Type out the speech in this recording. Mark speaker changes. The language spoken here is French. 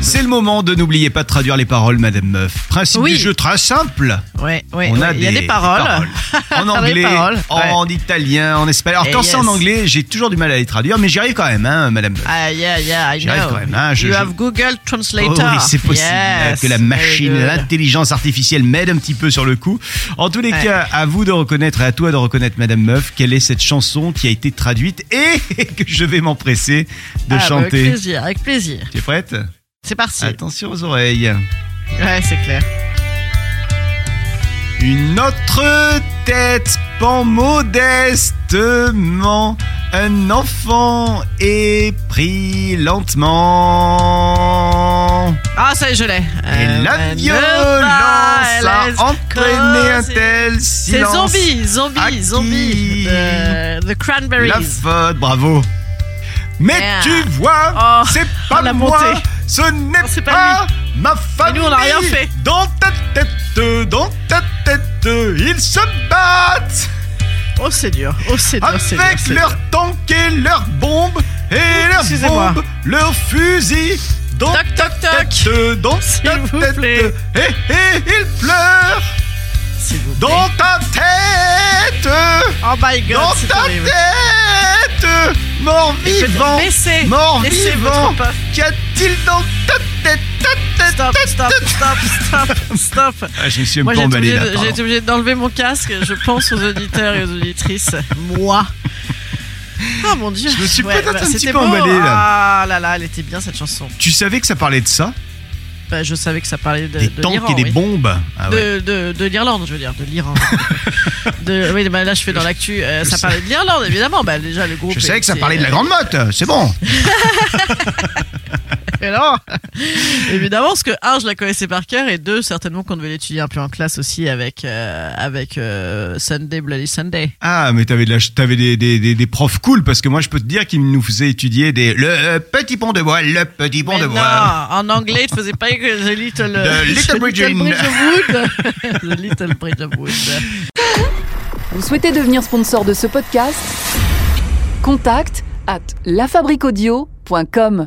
Speaker 1: C'est le moment de n'oubliez pas de traduire les paroles, Madame Meuf. Principe
Speaker 2: Oui.
Speaker 1: du jeu très simple.
Speaker 2: Ouais, ouais,
Speaker 1: On a
Speaker 2: ouais, il y a
Speaker 1: des-
Speaker 2: des paroles.
Speaker 1: des paroles. En
Speaker 2: Des
Speaker 1: anglais,
Speaker 2: paroles,
Speaker 1: en italien, en espagnol. Alors
Speaker 2: Eh
Speaker 1: quand c'est en
Speaker 2: yes.
Speaker 1: anglais, j'ai toujours du mal à les traduire, mais j'y arrive quand même, hein, Madame Meuf.
Speaker 2: Ah, yeah, yeah, I
Speaker 1: J'y arrive
Speaker 2: know.
Speaker 1: quand même, hein, je-
Speaker 2: you
Speaker 1: je-
Speaker 2: have Google Translator.
Speaker 1: Oh oui, c'est possible euh,
Speaker 2: Yes, Ah,
Speaker 1: que la
Speaker 2: very
Speaker 1: machine,
Speaker 2: good.
Speaker 1: l'intelligence artificielle m'aide un petit peu sur le coup. En tous les
Speaker 2: Ouais.
Speaker 1: cas, à vous de reconnaître et à toi de reconnaître, Madame Meuf, quelle est cette chanson qui a été traduite et que je vais m'empresser de
Speaker 2: Ah, bah, avec
Speaker 1: chanter.
Speaker 2: plaisir, avec plaisir.
Speaker 1: tu es prête
Speaker 2: C'est parti.
Speaker 1: Attention aux oreilles.
Speaker 2: Ouais, c'est clair.
Speaker 1: Une autre tête pend modestement, un enfant est pris lentement.
Speaker 2: Ah, ça y est, je l'ai.
Speaker 1: Et
Speaker 2: Euh,
Speaker 1: la
Speaker 2: ne
Speaker 1: violence
Speaker 2: pas
Speaker 1: a
Speaker 2: laisse
Speaker 1: entraîné un
Speaker 2: causer-
Speaker 1: tel
Speaker 2: C'est
Speaker 1: silence.
Speaker 2: zombie, zombie,
Speaker 1: Acquis.
Speaker 2: zombie. The, the Cranberries.
Speaker 1: La faute, bravo. Mais
Speaker 2: Yeah.
Speaker 1: tu vois,
Speaker 2: Oh,
Speaker 1: c'est pas
Speaker 2: la
Speaker 1: moi,
Speaker 2: montée.
Speaker 1: ce n'est
Speaker 2: Non, c'est pas
Speaker 1: pas, ma famille.
Speaker 2: nous, on n'a rien fait.
Speaker 1: Dans ta tête, dans ta tête, ils se battent.
Speaker 2: Oh, c'est dur. Oh, c'est dur. c'est dur,
Speaker 1: Avec
Speaker 2: c'est
Speaker 1: leurs
Speaker 2: dur.
Speaker 1: tanks et leurs bombes Et leurs
Speaker 2: Excusez-moi.
Speaker 1: bombes, leurs fusils Dans
Speaker 2: Toc, toc,
Speaker 1: ta
Speaker 2: toc.
Speaker 1: tête, dans ta
Speaker 2: S'il vous
Speaker 1: tête
Speaker 2: plaît.
Speaker 1: Et, et ils pleurent
Speaker 2: S'il vous plaît.
Speaker 1: Dans ta tête
Speaker 2: Oh my god,
Speaker 1: Dans
Speaker 2: c'est
Speaker 1: ta
Speaker 2: horrible.
Speaker 1: tête Mort vivant
Speaker 2: Laissez,
Speaker 1: Mort
Speaker 2: laissez
Speaker 1: vivant
Speaker 2: votre paf.
Speaker 1: Qu'y a-t-il dans ta tête, ta tête
Speaker 2: Stop, stop, stop, stop, stop.
Speaker 1: Ah, Je me suis
Speaker 2: Moi, j'ai été obligée de- j'ai été obligée d'enlever mon casque. Je pense aux auditeurs et aux auditrices. Moi. Oh mon dieu. bah,
Speaker 1: Je me suis peut-être un petit
Speaker 2: c'était
Speaker 1: peu
Speaker 2: beau.
Speaker 1: emballé,
Speaker 2: Ah là là, elle était bien cette chanson.
Speaker 1: Tu savais que ça parlait de ça
Speaker 2: Bah, je savais que ça parlait de,
Speaker 1: Des
Speaker 2: de
Speaker 1: tanks
Speaker 2: l'Iran.
Speaker 1: et des
Speaker 2: oui.
Speaker 1: bombes Ah ouais.
Speaker 2: De, de- de l'Irlande, je veux dire, de l'Iran. De- oui, bah, là je fais dans l'actu, euh, ça
Speaker 1: sais.
Speaker 2: parlait de l'Irlande évidemment. Bah, déjà le groupe.
Speaker 1: Je savais que ça
Speaker 2: était-
Speaker 1: parlait de la grande motte, c'est bon
Speaker 2: Mais non. Évidemment, parce que un, je la connaissais par cœur, et deux, certainement qu'on devait l'étudier un peu en classe aussi avec euh, avec euh, Sunday Bloody Sunday.
Speaker 1: Ah, mais t'avais de la, ch- t'avais des, des, des, des profs cool parce que moi je peux te dire qu'ils nous faisaient étudier des le euh, petit pont de bois, le petit pont
Speaker 2: Mais
Speaker 1: de
Speaker 2: non,
Speaker 1: bois.
Speaker 2: en anglais, il faisait pas que The Little,
Speaker 1: The Little Bridge in-
Speaker 2: of Wood. the Little Bridge of Wood.
Speaker 3: Vous souhaitez devenir sponsor de ce podcast Contact à lafabriquaudio.com.